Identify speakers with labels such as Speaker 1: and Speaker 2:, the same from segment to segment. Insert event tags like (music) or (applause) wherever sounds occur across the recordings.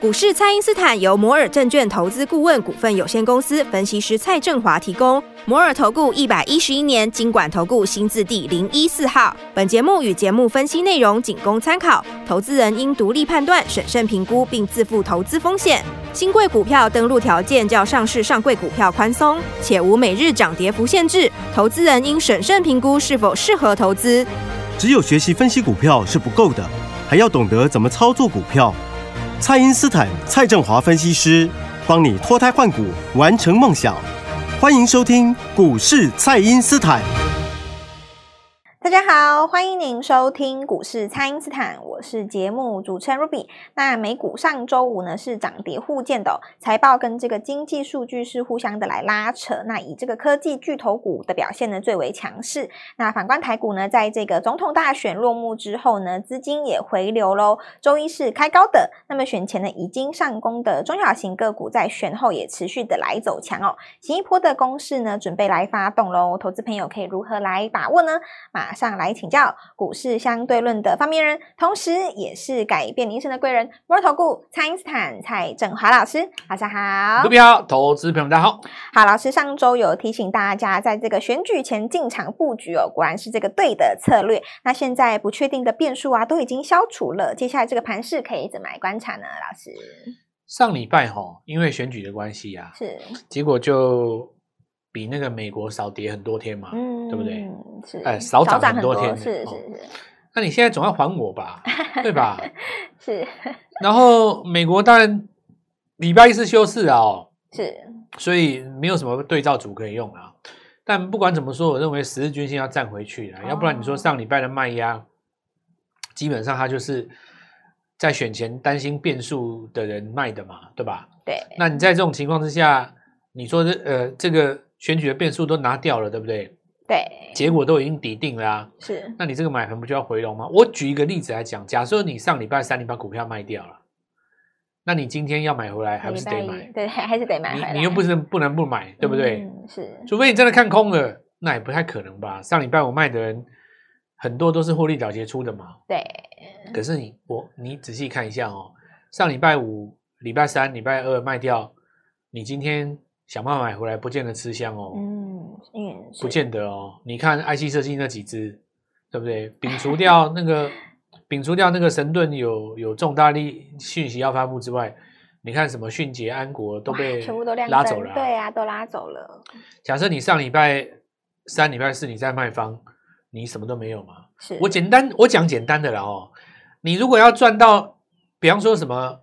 Speaker 1: 股市蔡因斯坦由摩尔证券投资顾问股份有限公司分析师蔡振华提供。摩尔投顾一百一十一年经管投顾新字第零一四号。本节目与节目分析内容仅供参考，投资人应独立判断、审慎评估，并自负投资风险。新贵股票登录条件较上市上柜股票宽松，且无每日涨跌幅限制。投资人应审慎评估是否适合投资。
Speaker 2: 只有学习分析股票是不够的，还要懂得怎么操作股票。蔡因斯坦、蔡振华分析师帮你脱胎换骨，完成梦想。欢迎收听《股市蔡因斯坦》。
Speaker 3: 大家好，欢迎您收听股市蔡因斯坦，我是节目主持人 Ruby。那美股上周五呢是涨跌互见的、哦，财报跟这个经济数据是互相的来拉扯。那以这个科技巨头股的表现呢最为强势。那反观台股呢，在这个总统大选落幕之后呢，资金也回流喽。周一是开高的，那么选前呢已经上攻的中小型个股在选后也持续的来走强哦。新一波的攻势呢准备来发动喽，投资朋友可以如何来把握呢？马马上来请教股市相对论的发明人，同时也是改变您一生的贵人——摩尔投顾蔡因斯坦蔡振华老师，晚上好。
Speaker 4: 股票投资朋友们，大家好。
Speaker 3: 好，老师上周有提醒大家，在这个选举前进场布局哦，果然是这个对的策略。那现在不确定的变数啊，都已经消除了，接下来这个盘势可以怎么来观察呢？老师，
Speaker 4: 上礼拜哈、哦，因为选举的关系呀、啊，
Speaker 3: 是
Speaker 4: 结果就比那个美国少跌很多天嘛，嗯，对不对？
Speaker 3: 是，
Speaker 4: 哎，少涨很多天，哦
Speaker 3: 是是是。
Speaker 4: 那你现在总要还我吧，对吧？
Speaker 3: 是。
Speaker 4: 然后美国当然礼拜一是休市啊，哦，
Speaker 3: 是，
Speaker 4: 所以没有什么对照组可以用啊。但不管怎么说，我认为十日均线要站回去啊了，要不然你说上礼拜的卖压，基本上它就是在选前担心变数的人卖的嘛，对吧？
Speaker 3: 对。
Speaker 4: 那你在这种情况之下，你说这呃这个选举的变数都拿掉了，对不对？
Speaker 3: 对，
Speaker 4: 结果都已经底定了啊。
Speaker 3: 是，
Speaker 4: 那你这个买盘不就要回笼吗？我举一个例子来讲，假设你上礼拜三你把股票卖掉了，那你今天要买回来还不是得买？
Speaker 3: 对，还是得买回来。
Speaker 4: 你你又不是不能不买，对不对？
Speaker 3: 嗯、是，
Speaker 4: 除非你真的看空了，那也不太可能吧？上礼拜我卖的人很多都是获利了结出的嘛。
Speaker 3: 对。
Speaker 4: 可是你我你仔细看一下哦，上礼拜五、礼拜三、礼拜二卖掉，你今天想办法买回来，不见得吃香哦。
Speaker 3: 嗯。嗯，
Speaker 4: 不见得哦。你看 IC 设计那几只，对不对？摒除掉那个，摒除掉那个神盾有有重大力讯息要发布之外，你看什么迅捷、安国都被
Speaker 3: 全部都
Speaker 4: 拉走了、啊。
Speaker 3: 对啊，都拉走了。
Speaker 4: 假设你上礼拜三、礼拜四你在卖方，你什么都没有嘛？
Speaker 3: 是
Speaker 4: 我简单，我讲简单的啦哦。你如果要赚到，比方说什么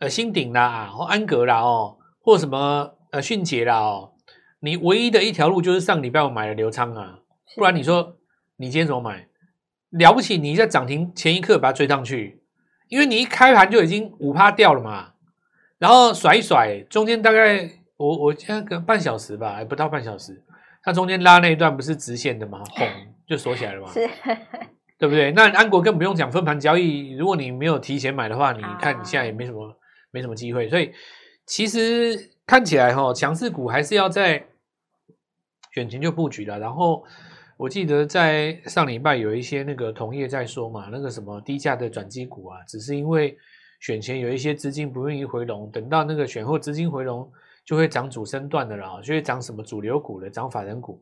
Speaker 4: 呃新鼎啦、或安格啦哦，或什么呃迅捷啦哦。你唯一的一条路就是上礼拜我买了刘仓啊，不然你说你今天怎么买？了不起，你在涨停前一刻把它追上去，因为你一开盘就已经五趴掉了嘛，然后甩一甩，中间大概我我现在可能半小时吧，还哎不到半小时，它中间拉那一段不是直线的吗？轰就锁起来了嘛，
Speaker 3: 是，
Speaker 4: 对不对？那安国更不用讲分盘交易，如果你没有提前买的话，你看你现在也没什么、啊、没什么机会，所以其实。看起来哈、哦，强势股还是要在选前就布局了。然后我记得在上礼拜有一些那个同业在说嘛，那个什么低价的转机股啊，只是因为选前有一些资金不愿意回笼，等到那个选后资金回笼，就会涨主升段的了，就会涨什么主流股了，涨法人股。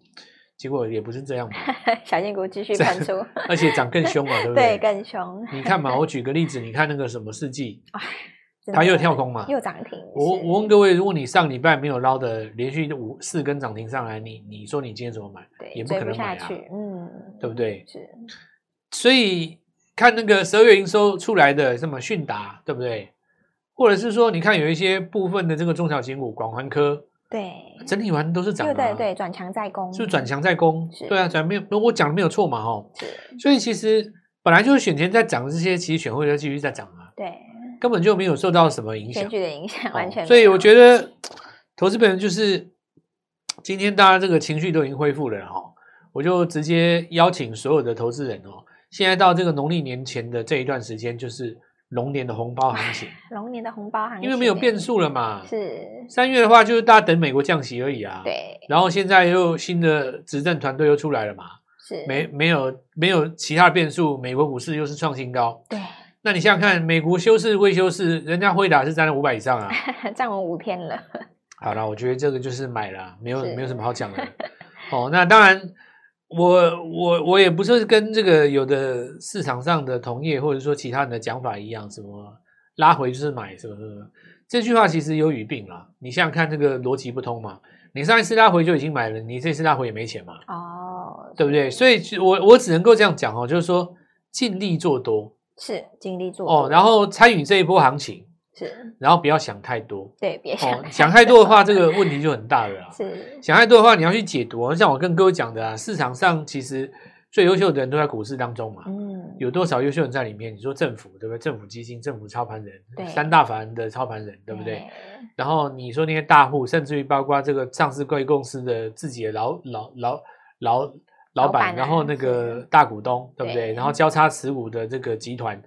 Speaker 4: 结果也不是这样嘛，
Speaker 3: (laughs) 小型股继续喷出，
Speaker 4: (laughs) 而且涨更凶嘛，对不
Speaker 3: 对？对，更凶。哦
Speaker 4: 你看嘛，我举个例子，你看那个什么世纪。它又跳空嘛，
Speaker 3: 又涨停。
Speaker 4: 我我问各位，如果你上礼拜没有捞的，连续五四根涨停上来，你你说你今天怎么买？也不可能买
Speaker 3: 啊，嗯，
Speaker 4: 对不对？
Speaker 3: 是。
Speaker 4: 所以看那个十二月营收出来的什么迅达，对不对？或者是说，你看有一些部分的这个中小型股，广环科，
Speaker 3: 对，
Speaker 4: 整体完都是涨的、
Speaker 3: 啊，对对对，转强在攻，
Speaker 4: 是转强在攻，对啊，转没有，我讲的没有错嘛，吼。
Speaker 3: 嗯
Speaker 4: 所以其实本来就是选前在涨的这些，其实选后就继续在涨啊，
Speaker 3: 对。
Speaker 4: 根本就没有受到什么影响，
Speaker 3: 选举的影响完全、哦。
Speaker 4: 所以我觉得，投资本人就是今天大家这个情绪都已经恢复了哈、哦，我就直接邀请所有的投资人哦，现在到这个农历年前的这一段时间，就是龙年的红包行情。
Speaker 3: 龙年的红包行情，
Speaker 4: 因为没有变数了嘛。
Speaker 3: 哎是。
Speaker 4: 三月的话，就是大家等美国降息而已啊。
Speaker 3: 对。
Speaker 4: 然后现在又新的执政团队又出来了嘛。
Speaker 3: 是。
Speaker 4: 没没有没有其他变数，美国股市又是创新高。
Speaker 3: 对。
Speaker 4: 那你想想看，美国休市未休市，人家辉达是占了五百以上
Speaker 3: (laughs)
Speaker 4: 啊。
Speaker 3: 站稳五天了，
Speaker 4: 好了，我觉得这个就是买了，没有
Speaker 3: 是
Speaker 4: 没有什么好讲
Speaker 3: (laughs)
Speaker 4: 的。哦，那当然，我我我也不是跟这个有的市场上的同业或者说其他人的讲法一样，什么拉回就是买，什么什么，这句话其实有语病啦。你想想看，这个逻辑不通嘛。你上一次拉回就已经买了，你这次拉回也没钱嘛，
Speaker 3: 哦，
Speaker 4: 对不对？所以其我我只能够这样讲哦，就是说尽力做多
Speaker 3: 是尽力做
Speaker 4: 哦，
Speaker 3: 多
Speaker 4: 然后参与这一波行情，
Speaker 3: 是
Speaker 4: 然后不要想太多
Speaker 3: 对，别想
Speaker 4: 哦，想太多的话，这个问题就很大了啦。
Speaker 3: 是
Speaker 4: 想太多的话，你要去解读哦。像我跟各位讲的啊，市场上其实最优秀的人都在股市当中嘛，
Speaker 3: 嗯，
Speaker 4: 有多少优秀人在里面？你说政府对不对？政府基金、政府操盘人
Speaker 3: 对，
Speaker 4: 三大法人的操盘人，对不对？？然后你说那些大户，甚至于包括这个上市贵公司的自己的老老老老老
Speaker 3: 老板
Speaker 4: 板，
Speaker 3: 啊
Speaker 4: 然后那个大股东，对不对？
Speaker 3: 对
Speaker 4: 然后交叉持股的这个集团，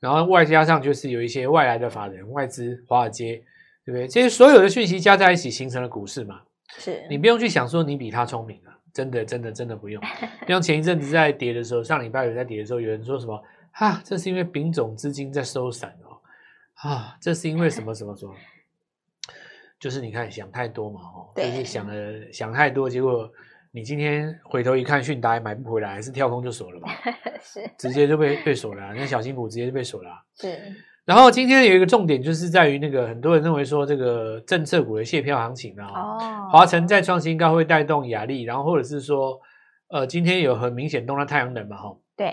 Speaker 4: 然后外加上就是有一些外来的法人、外资、华尔街，对不对？这些所有的讯息加在一起，形成了股市嘛。
Speaker 3: 是
Speaker 4: 你不用去想说你比他聪明啊，真的真的真的
Speaker 3: (laughs)
Speaker 4: 不用。像前一阵子在跌的时候，上礼拜有在跌的时候，有人说什么啊，这是因为丙种资金在收散哦，啊，这是因为什么什么什么，就是你看想太多嘛哦，就
Speaker 3: 对
Speaker 4: 是想了想太多，结果你今天回头一看，讯达也买不回来，还是跳空就锁
Speaker 3: (laughs)
Speaker 4: 了吧，
Speaker 3: (laughs) 是
Speaker 4: 直接就被被锁了啊、那小新股直接就被锁了啊、
Speaker 3: 是
Speaker 4: 然后今天有一个重点，就是在于那个很多人认为说这个政策股的卸票行情啊、
Speaker 3: 哦，
Speaker 4: 华晨再创新高会带动雅力，然后或者是说，呃，今天有很明显动到太阳能嘛，吼，
Speaker 3: 对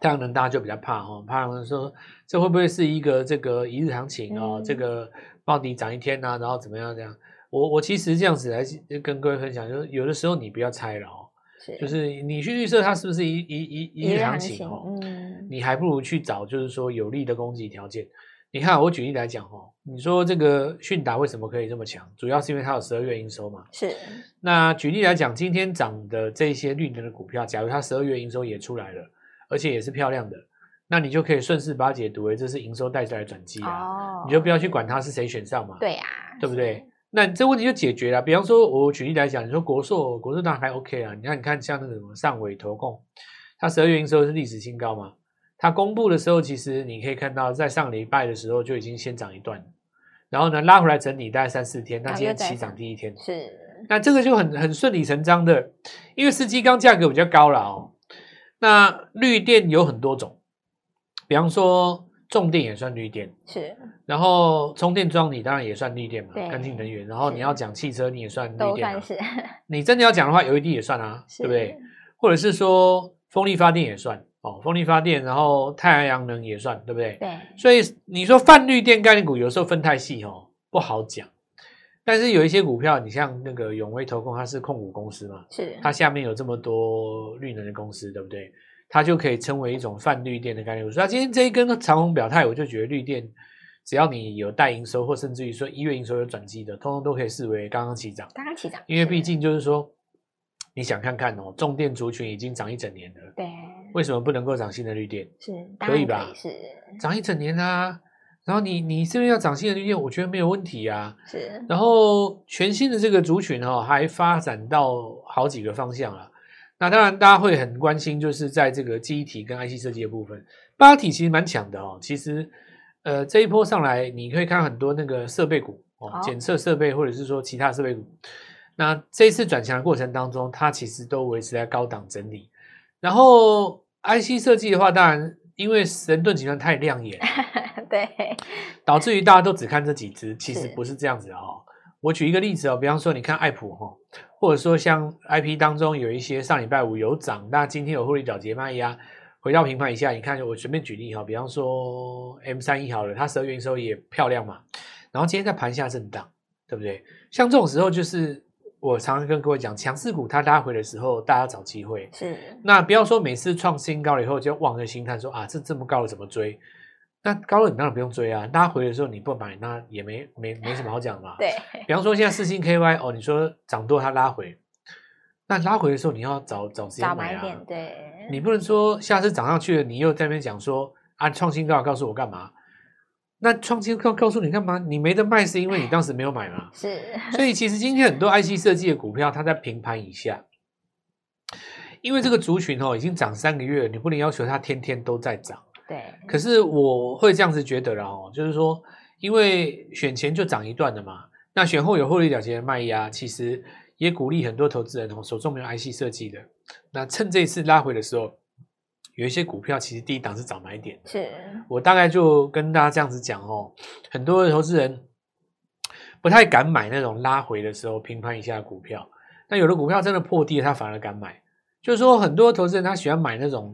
Speaker 4: 太阳能大家就比较怕，吼，怕人说这会不会是一个这个一日行情哦，
Speaker 3: 嗯
Speaker 4: 这个暴底涨一天呐、然后怎么样这样？我我其实这样子来跟各位分享，就是有的时候你不要猜了哦，
Speaker 3: 是
Speaker 4: 就是你去预测它是不是一一一一日行情哦，
Speaker 3: 嗯，
Speaker 4: 你还不如去找就是说有利的供给条件。你看，我举例来讲哦，你说这个迅达为什么可以这么强？主要是因为它有十二月营收嘛。
Speaker 3: 是
Speaker 4: 那举例来讲，今天涨的这些绿能的股票，假如它十二月营收也出来了，而且也是漂亮的，那你就可以顺势把它解读为这是营收带出来的转机啊，
Speaker 3: 哦，
Speaker 4: 你就不要去管它是谁选上嘛，
Speaker 3: 对呀，
Speaker 4: 对不对
Speaker 3: 是？？
Speaker 4: 那这问题就解决了。比方说，我举例来讲，你说国硕，国硕当然还 OK 啊。你看，你看像那个什么上尾投控，它十二月营收是历史新高嘛？它公布的时候，其实你可以看到，在上礼拜的时候就已经先涨一段了，然后呢拉回来整理大概三四天，那
Speaker 3: 然后
Speaker 4: 今天
Speaker 3: 又再
Speaker 4: 起
Speaker 3: 涨
Speaker 4: 涨第一天，
Speaker 3: 是
Speaker 4: 那这个就很很顺理成章的，因为四季钢价格比较高了哦。那绿电有很多种，比方说重电也算绿电，
Speaker 3: 是
Speaker 4: 然后充电桩你当然也算绿电嘛，
Speaker 3: 对
Speaker 4: 干净能源。然后你要讲汽车，你也算绿
Speaker 3: 都
Speaker 4: 电、啊
Speaker 3: 算。是
Speaker 4: 你真的要讲的话，LED 也算啊，
Speaker 3: 是
Speaker 4: 对不对？？或者是说风力发电也算哦，风力发电，然后太阳能也算，对不对？
Speaker 3: 对
Speaker 4: 所以你说泛绿电概念股有时候分太细哦，不好讲。但是有一些股票，你像那个永威投控，它是控股公司嘛，
Speaker 3: 是
Speaker 4: 它下面有这么多绿能的公司，对不对？它就可以称为一种泛绿电的概念股。所以它今天这一根长虹表态，我就觉得绿电，只要你有带营收，或甚至于说一月营收有转机的，通通都可以视为刚刚起涨。
Speaker 3: 刚刚起涨，
Speaker 4: 因为毕
Speaker 3: 是
Speaker 4: 竟就是说，你想看看哦，重电族群已经涨一整年了，
Speaker 3: 对
Speaker 4: 为什么不能够涨新的绿电？
Speaker 3: 是
Speaker 4: 可以
Speaker 3: 当然
Speaker 4: 吧
Speaker 3: 是
Speaker 4: 涨一整年啊！然后你你这边要涨新的绿电，我觉得没有问题啊。
Speaker 3: 是
Speaker 4: 然后全新的这个族群哦，还发展到好几个方向了。那当然，大家会很关心，就是在这个记忆体跟 IC 设计的部分，八体其实蛮强的哦。其实，呃，这一波上来，你可以看很多那个设备股哦
Speaker 3: 好，
Speaker 4: 检测设备或者是说其他设备股。那这一次转强的过程当中，它其实都维持在高档整理。然后 IC 设计的话，当然因为神盾集团太亮眼，
Speaker 3: 对
Speaker 4: 导致于大家都只看这几只，其实
Speaker 3: 是
Speaker 4: 不是这样子的哦。我举一个例子哦，比方说你看爱普哈、哦，或者说像 IP 当中有一些上礼拜五有涨，那今天有获利了结卖压，回到平盘以下，你看我随便举例哈、哦，比方说 M 三一好了，它十二月营收也漂亮嘛，然后今天在盘下震荡，对不对？像这种时候就是我常常跟各位讲，强势股它拉回的时候，大家找机会，
Speaker 3: 是
Speaker 4: 那不要说每次创新高了以后就望着心叹说啊，这这么高了怎么追？那高了你当然不用追啊，拉回的时候你不买，那也没没没什么好讲嘛。
Speaker 3: 对
Speaker 4: 比方说现在四星 KY 哦，你说涨多它拉回，那拉回的时候你要找找时
Speaker 3: 早
Speaker 4: 间
Speaker 3: 买
Speaker 4: 买
Speaker 3: 一
Speaker 4: 啊，
Speaker 3: 点对，
Speaker 4: 你不能说下次涨上去了你又在那边讲说啊创新高告诉我干嘛？那创新高告诉你干嘛？你没得卖是因为你当时没有买嘛。
Speaker 3: 是
Speaker 4: 所以其实今天很多 IC 设计的股票，它在平盘以下，因为这个族群哦已经涨三个月了，你不能要求它天天都在涨。
Speaker 3: 对，
Speaker 4: 可是我会这样子觉得啦哦，就是说，因为选前就涨一段的嘛，那选后有获利了结的卖压，其实也鼓励很多投资人哦，手中没有 IC 设计的，那趁这一次拉回的时候，有一些股票其实第一档是早买点的。
Speaker 3: 是，
Speaker 4: 我大概就跟大家这样子讲哦，很多的投资人不太敢买那种拉回的时候平盘以下的股票，那有的股票真的破低了，他反而敢买。就是说，很多投资人他喜欢买那种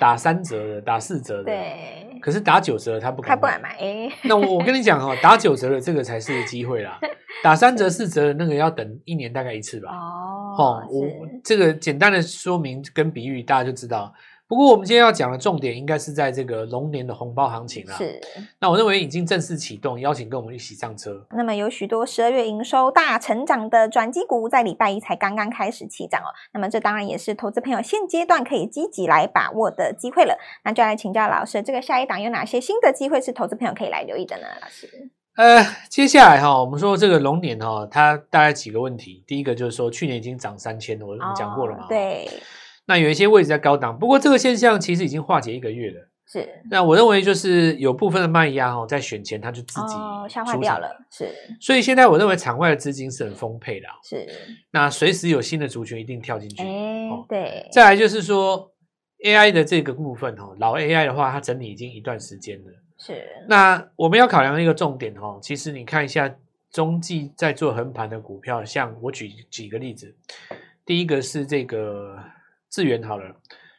Speaker 4: 打三折的、打四折的，
Speaker 3: 对，
Speaker 4: 可是打九折的他不
Speaker 3: 他
Speaker 4: 敢
Speaker 3: 不
Speaker 4: 买。
Speaker 3: 敢买，哎，
Speaker 4: 那我我跟你
Speaker 3: (laughs)
Speaker 4: 讲哦，打九折的这个才是机会啦，打三折、四折的那个要等一年大概一次吧。
Speaker 3: 哦
Speaker 4: 哦，，我
Speaker 3: 是，
Speaker 4: 这个简单的说明跟比喻，大家就知道。不过我们今天要讲的重点应该是在这个龙年的红包行情啦。，
Speaker 3: 是，
Speaker 4: 那我认为已经正式启动，邀请跟我们一起上车。
Speaker 3: 那么有许多十二月营收大成长的转机股，在礼拜一才刚刚开始起涨哦。那么这当然也是投资朋友现阶段可以积极来把握的机会了。那就来请教老师，这个下一档有哪些新的机会是投资朋友可以来留意的呢？老师，
Speaker 4: 呃，接下来哈、我们说这个龙年哈、它大概几个问题。第一个就是说，去年已经涨三千，我我们讲过了嘛、
Speaker 3: 哦对，
Speaker 4: 那有一些位置在高档，不过这个现象其实已经化解一个月了。
Speaker 3: 是
Speaker 4: 那我认为就是有部分的卖压哈、在选前它就自己
Speaker 3: 哦，消化
Speaker 4: 出
Speaker 3: 掉
Speaker 4: 场。
Speaker 3: 了，是
Speaker 4: 所以现在我认为场外的资金是很丰沛的啊、
Speaker 3: 是，
Speaker 4: 那随时有新的族群一定跳进去。
Speaker 3: 哎
Speaker 4: 哦，
Speaker 3: 对，
Speaker 4: 再来就是说 AI 的这个部分哦，老 AI 的话，它整理已经一段时间了。
Speaker 3: 是
Speaker 4: 那我们要考量的一个重点哦，其实你看一下中继在做横盘的股票，像我举几个例子，第一个是这个智源好了，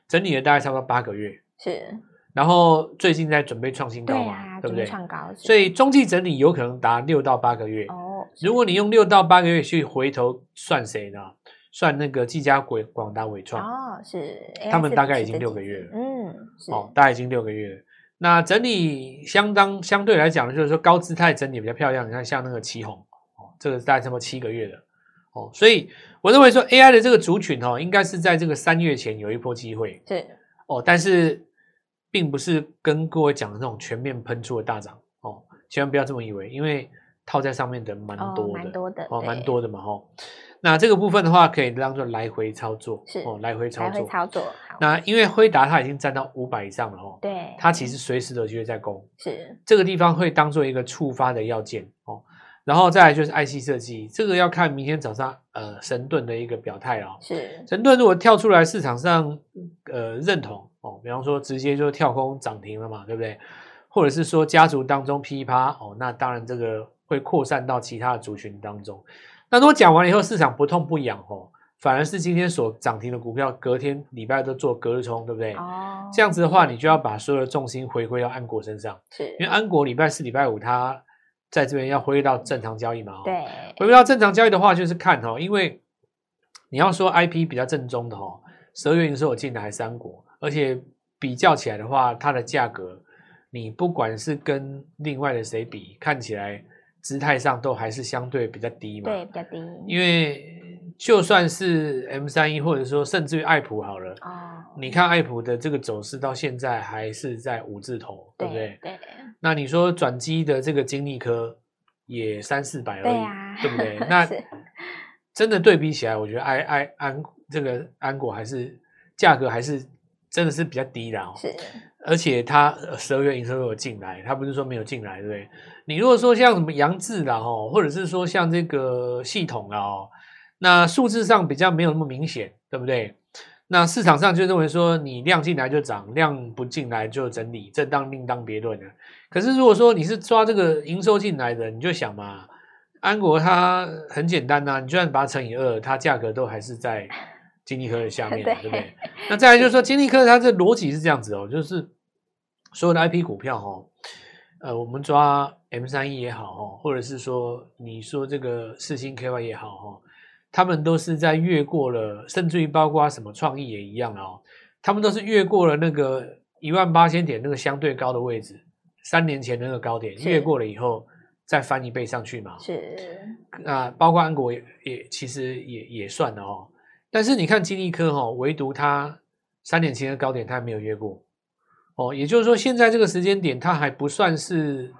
Speaker 4: 整理了大概差不多八个月，
Speaker 3: 是，
Speaker 4: 然后最近在准备创新
Speaker 3: 对
Speaker 4: 高嘛，
Speaker 3: 啊，
Speaker 4: 对不
Speaker 3: 准
Speaker 4: 对
Speaker 3: 备？创高，是
Speaker 4: 所以中继整理有可能达六到八个月。
Speaker 3: 哦，
Speaker 4: 如果你用六到八个月去回头算谁呢？算那个技嘉、广广达、伟创
Speaker 3: 哦是，
Speaker 4: 他
Speaker 3: AI
Speaker 4: 们
Speaker 3: 伺
Speaker 4: 大
Speaker 3: 服
Speaker 4: 概
Speaker 3: 器
Speaker 4: 已经
Speaker 3: 这
Speaker 4: 六
Speaker 3: 几
Speaker 4: 个
Speaker 3: 只
Speaker 4: 月了
Speaker 3: 嗯，是
Speaker 4: 哦，大概已经六个月了。那整理相当相对来讲呢，就是说高姿态整理比较漂亮。你看像那个旗红哦，这个大概差不多七个月了哦，所以我认为说 AI 的这个族群哦，应该是在这个三月前有一波机会
Speaker 3: 是
Speaker 4: 哦，但是并不是跟各位讲的那种全面喷出的大涨哦，千万不要这么以为，因为套在上面的蛮
Speaker 3: 哦
Speaker 4: 多的，
Speaker 3: 蛮多的
Speaker 4: 哦，蛮
Speaker 3: 对
Speaker 4: 多的嘛哦。那这个部分的话，可以当做来回操作，
Speaker 3: 是
Speaker 4: 哦，来回操
Speaker 3: 来
Speaker 4: 作，
Speaker 3: 回操作，好，
Speaker 4: 那因为辉达它已经站到五百以上了哦，
Speaker 3: 对，嗯
Speaker 4: 它其实随时都有机会在攻，
Speaker 3: 是
Speaker 4: 这个地方会当做一个触发的要件哦。然后再来就是 IC 设计，这个要看明天早上呃神盾的一个表态了哦。
Speaker 3: 是
Speaker 4: 神盾如果跳出来市场上呃认同哦，比方说直接就跳空涨停了嘛，对不对？或者是说家族当中噼啪哦，那当然这个会扩散到其他的族群当中。那如果讲完以后市场不痛不痒哦，反而是今天所涨停的股票，隔天礼拜都做隔日冲，对不对？
Speaker 3: 哦，
Speaker 4: 这样子的话，你就要把所有的重心回归到安国身上，
Speaker 3: 是
Speaker 4: 因为安国礼拜四、礼拜五它在这边要回归到正常交易嘛、哦。。
Speaker 3: 对
Speaker 4: 回归到正常交易的话，就是看哦，因为你要说 IP 比较正宗的哦，十二月营收有进来三国，而且比较起来的话，它的价格你不管是跟另外的谁比，看起来姿态上都还是相对比较低嘛。
Speaker 3: 对比较低，
Speaker 4: 因为就算是 M 三一，或者说甚至于爱普好了，
Speaker 3: 哦，
Speaker 4: 你看爱普的这个走势到现在还是在五字头，对不对？
Speaker 3: 对
Speaker 4: 那你说转机的这个精力科也三四百而已，
Speaker 3: 对啊
Speaker 4: 对不对？
Speaker 3: (laughs)
Speaker 4: 那
Speaker 3: 是
Speaker 4: 真的对比起来，我觉得安安安这个安果还是价格还是真的是比较低的哦。
Speaker 3: 是
Speaker 4: 而且它十二月营收有进来，它不是说没有进来，对不对？你如果说像什么杨志啦哦，或者是说像这个系统啦哦，那数字上比较没有那么明显，对不对？那市场上就认为说你量进来就涨，量不进来就整理，这当另当别论了。可是如果说你是抓这个营收进来的，你就想嘛，安国它很简单呐、你就算把它乘以二，它价格都还是在金利科的下面，
Speaker 3: 对
Speaker 4: 对不对？那再来就是说，金利科它这逻辑是这样子哦，就是所有的 IP 股票哦，呃，我们抓 M 三一也好哦，或者是说你说这个四星 KY 也好哦，他们都是在越过了，甚至于包括什么创意也一样哦，他们都是越过了那个一万八千点那个相对高的位置，三年前那个高点
Speaker 3: 是
Speaker 4: 越过了以后，再翻一倍上去嘛。
Speaker 3: 是
Speaker 4: 啊、包括安国也也其实也也算的哦。但是你看金利科哦，唯独它三点七的高点它还没有越过哦，也就是说现在这个时间点它还不算是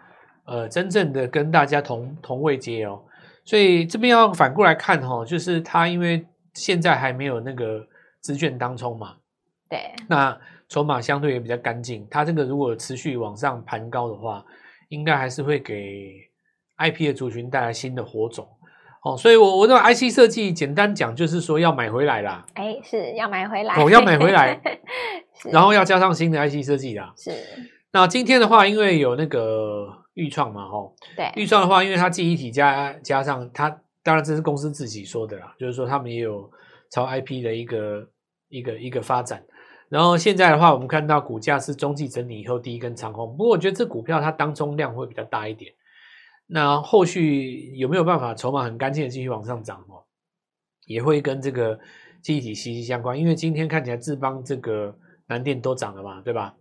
Speaker 4: 呃真正的跟大家同同位阶哦。所以这边要反过来看哦，就是它因为现在还没有那个资券当冲嘛，
Speaker 3: 对
Speaker 4: 那筹码相对也比较干净，它这个如果持续往上盘高的话，应该还是会给 IP 的族群带来新的火种哦。所以我，我认为 IC 设计简单讲就是说要买回来啦，
Speaker 3: 哎，是要买回来，
Speaker 4: 哦要买回来
Speaker 3: 是，
Speaker 4: 然后要加上新的 IC 设计啦。
Speaker 3: 是，
Speaker 4: 那今天的话，因为有那个预创嘛，吼、
Speaker 3: 对，
Speaker 4: 预算的话，因为它记忆体加加上它，当然这是公司自己说的啦，就是说他们也有朝 IP 的一个一个一个发展。然后现在的话，我们看到股价是中继整理以后第一根长红，不过我觉得这股票它当中量会比较大一点。那后续有没有办法筹码很干净的继续往上涨哦？也会跟这个记忆体息息相关，因为今天看起来智邦这个南电都涨了嘛，对吧？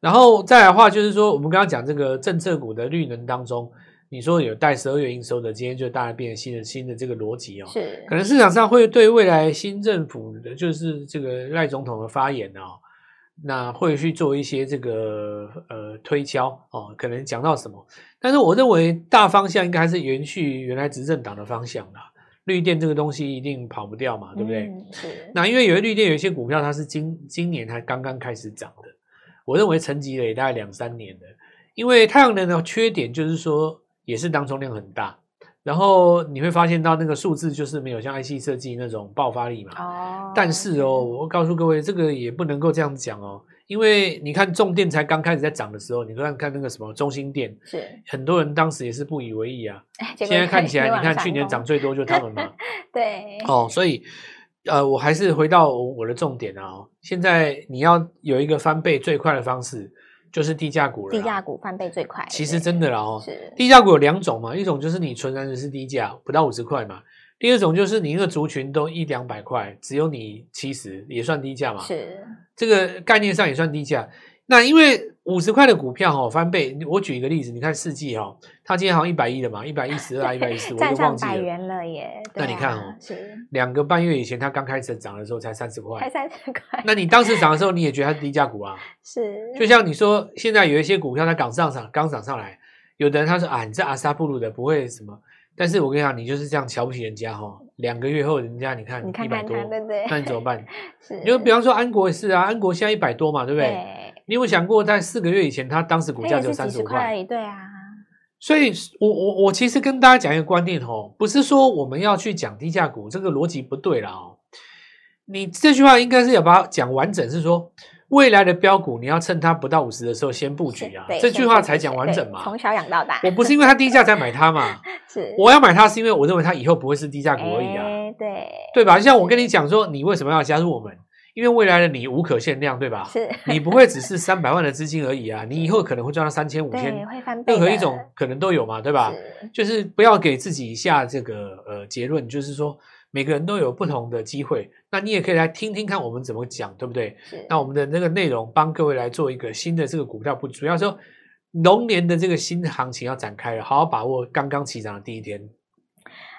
Speaker 4: 然后再来的话，就是说我们刚刚讲这个政策股的绿能当中，你说有带十二月营收的，今天就当然变成新的新的这个逻辑哦。
Speaker 3: 是
Speaker 4: 可能市场上会对未来新政府的，就是这个赖总统的发言哦，那会去做一些这个呃推敲哦，可能讲到什么。但是我认为大方向应该还是延续原来执政党的方向啦。绿电这个东西一定跑不掉嘛，对不对？
Speaker 3: 嗯是，
Speaker 4: 那因为有些绿电有一些股票，它是今今年才刚刚开始涨的，我认为沉积了也大概两三年了。因为太阳能的缺点就是说，也是当冲量很大，然后你会发现到那个数字就是没有像 IC 设计那种爆发力嘛。
Speaker 3: 哦，
Speaker 4: (laughs) 但是哦，我告诉各位，这个也不能够这样讲哦，因为你看重电才刚开始在涨的时候，你看看那个什么中心电，
Speaker 3: 是，
Speaker 4: 很多人当时也是不以为意啊。 (laughs)
Speaker 3: 哎结
Speaker 4: 现
Speaker 3: 果
Speaker 4: 在看起来，
Speaker 3: 也
Speaker 4: 你
Speaker 3: 往
Speaker 4: 看
Speaker 3: 上
Speaker 4: 去年
Speaker 3: 攻
Speaker 4: 涨最多就他们嘛。
Speaker 3: 对，
Speaker 4: 哦，所以呃，我还是回到我我的重点啊、哦，现在你要有一个翻倍最快的方式，就是低价股了。
Speaker 3: 低价，股翻倍最快，
Speaker 4: 其实
Speaker 3: 对
Speaker 4: 真的啦哦，
Speaker 3: 是
Speaker 4: 低价股有两种嘛，一种就是你纯然是低价，不到五十块嘛。第二种就是你那个族群都一两百块，只有你七十，也算低价嘛。
Speaker 3: 是
Speaker 4: 这个概念上也算低价。那因为五十块的股票哦，翻倍，我举一个例子，你看世纪哦，它今天好像一百一了嘛，一百一十二、一百一十，我
Speaker 3: 站
Speaker 4: 都
Speaker 3: 上
Speaker 4: 忘记
Speaker 3: 百
Speaker 4: 了。
Speaker 3: 元了耶，
Speaker 4: 那
Speaker 3: 对
Speaker 4: 你
Speaker 3: 啊
Speaker 4: 看哦
Speaker 3: 是
Speaker 4: 两个半月以前，它刚开始涨的时候才三十
Speaker 3: 才
Speaker 4: 块，
Speaker 3: 三十块，嗯
Speaker 4: 那你当时涨的时候，你也觉得它是低价股啊？
Speaker 3: 是
Speaker 4: 就像你说，现在有一些股票它刚上涨，刚涨上来，有的人他说啊，你这阿萨布鲁的不会什么，但是我跟你讲，你就是这样瞧不起人家哈、哦。两个月后，人家你看
Speaker 3: 你看
Speaker 4: 一百
Speaker 3: 看
Speaker 4: 多，
Speaker 3: 它，对不对？
Speaker 4: 那你怎么
Speaker 3: (laughs)
Speaker 4: 办？
Speaker 3: 是，
Speaker 4: 你就比方说安国也是啊，安国现在一百多嘛，对不对？
Speaker 3: 对，
Speaker 4: 你有没有想过，在四个月以前，它当时股
Speaker 3: 它
Speaker 4: 价
Speaker 3: 也
Speaker 4: 只有
Speaker 3: 是
Speaker 4: 三
Speaker 3: 几
Speaker 4: 十
Speaker 3: 十
Speaker 4: 五
Speaker 3: 块而
Speaker 4: 块？
Speaker 3: 已，对啊，
Speaker 4: 所以我，我我其实跟大家讲一个观念哦，不是说我们要去讲低价股，这个逻辑不对啦哦。你这句话应该是要把它讲完整，是说未来的标股，你要趁它不到五十的时候先布
Speaker 3: 是
Speaker 4: 局啊
Speaker 3: 对。
Speaker 4: 这
Speaker 3: 先
Speaker 4: 句话
Speaker 3: 布
Speaker 4: 才
Speaker 3: 局
Speaker 4: 讲完
Speaker 3: 对
Speaker 4: 整嘛。
Speaker 3: 从小养到大，
Speaker 4: 我不是因为它低价才买它
Speaker 3: (laughs)
Speaker 4: 嘛，
Speaker 3: 是
Speaker 4: 我要买它是因为我认为它以后不会是低价股而已啊，
Speaker 3: 哎对，
Speaker 4: 对吧？就像我跟你讲说，你为什么要加入我们？因为未来的你无可限量，对吧？
Speaker 3: 是，
Speaker 4: 你不会只是三百万的资金而已啊，你以后可能会赚到三千、五
Speaker 3: 对，
Speaker 4: 千，
Speaker 3: 会翻倍的，
Speaker 4: 任何一种啊可能都有嘛，对吧？
Speaker 3: 是
Speaker 4: 就是不要给自己下这个呃结论，就是说每个人都有不同的机会，那你也可以来听听看我们怎么讲，对不对？
Speaker 3: 是，
Speaker 4: 那我们的那个内容帮各位来做一个新的这个股票布局，主要说龙年的这个新的行情要展开了，好好把握刚刚起涨的第一天。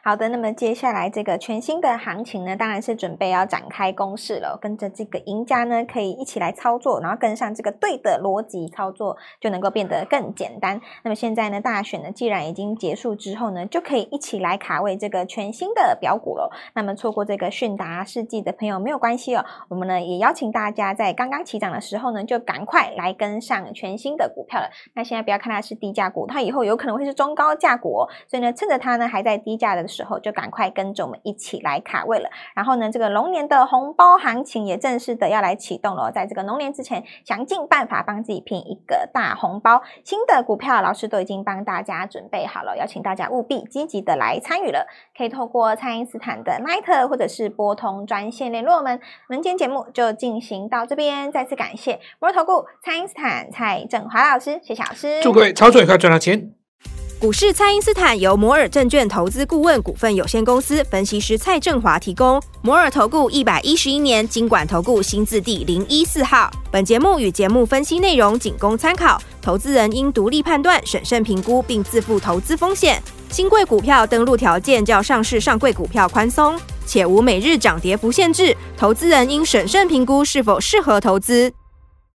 Speaker 3: 好的，那么接下来这个全新的行情呢，当然是准备要展开攻势了。跟着这个赢家呢，可以一起来操作，然后跟上这个对的逻辑操作，就能够变得更简单。那么现在呢，大选呢既然已经结束之后呢，就可以一起来卡位这个全新的表股了。那么错过这个迅达世纪的朋友没有关系哦，我们呢也邀请大家在刚刚起涨的时候呢，就赶快来跟上全新的股票了。那现在不要看它是低价股，它以后有可能会是中高价股哦。所以呢，趁着它呢还在低价的时候，就赶快跟着我们一起来卡位了。然后呢，这个龙年的红包行情也正式的要来启动了哦，在这个龙年之前，想尽办法帮自己拼一个大红包。新的股票老师都已经帮大家准备好了，邀请大家务必积极的来参与了。可以透过蔡因斯坦的 Night 或者是拨通专线联络我们。我们今天节目就进行到这边，再次感谢摩尔投顾蔡因斯坦蔡振华老师，谢谢老师，
Speaker 4: 祝各位操作愉快，赚到钱！
Speaker 1: 股市蔡因斯坦由摩尔证券投资顾问股份有限公司分析师蔡振华提供。摩尔投顾一百一十一年经管投顾新字第零一四号。本节目与节目分析内容仅供参考，投资人应独立判断、审慎评估并自负投资风险。新贵股票登录条件较上市上柜股票宽松，且无每日涨跌幅限制。投资人应审慎评估是否适合投资，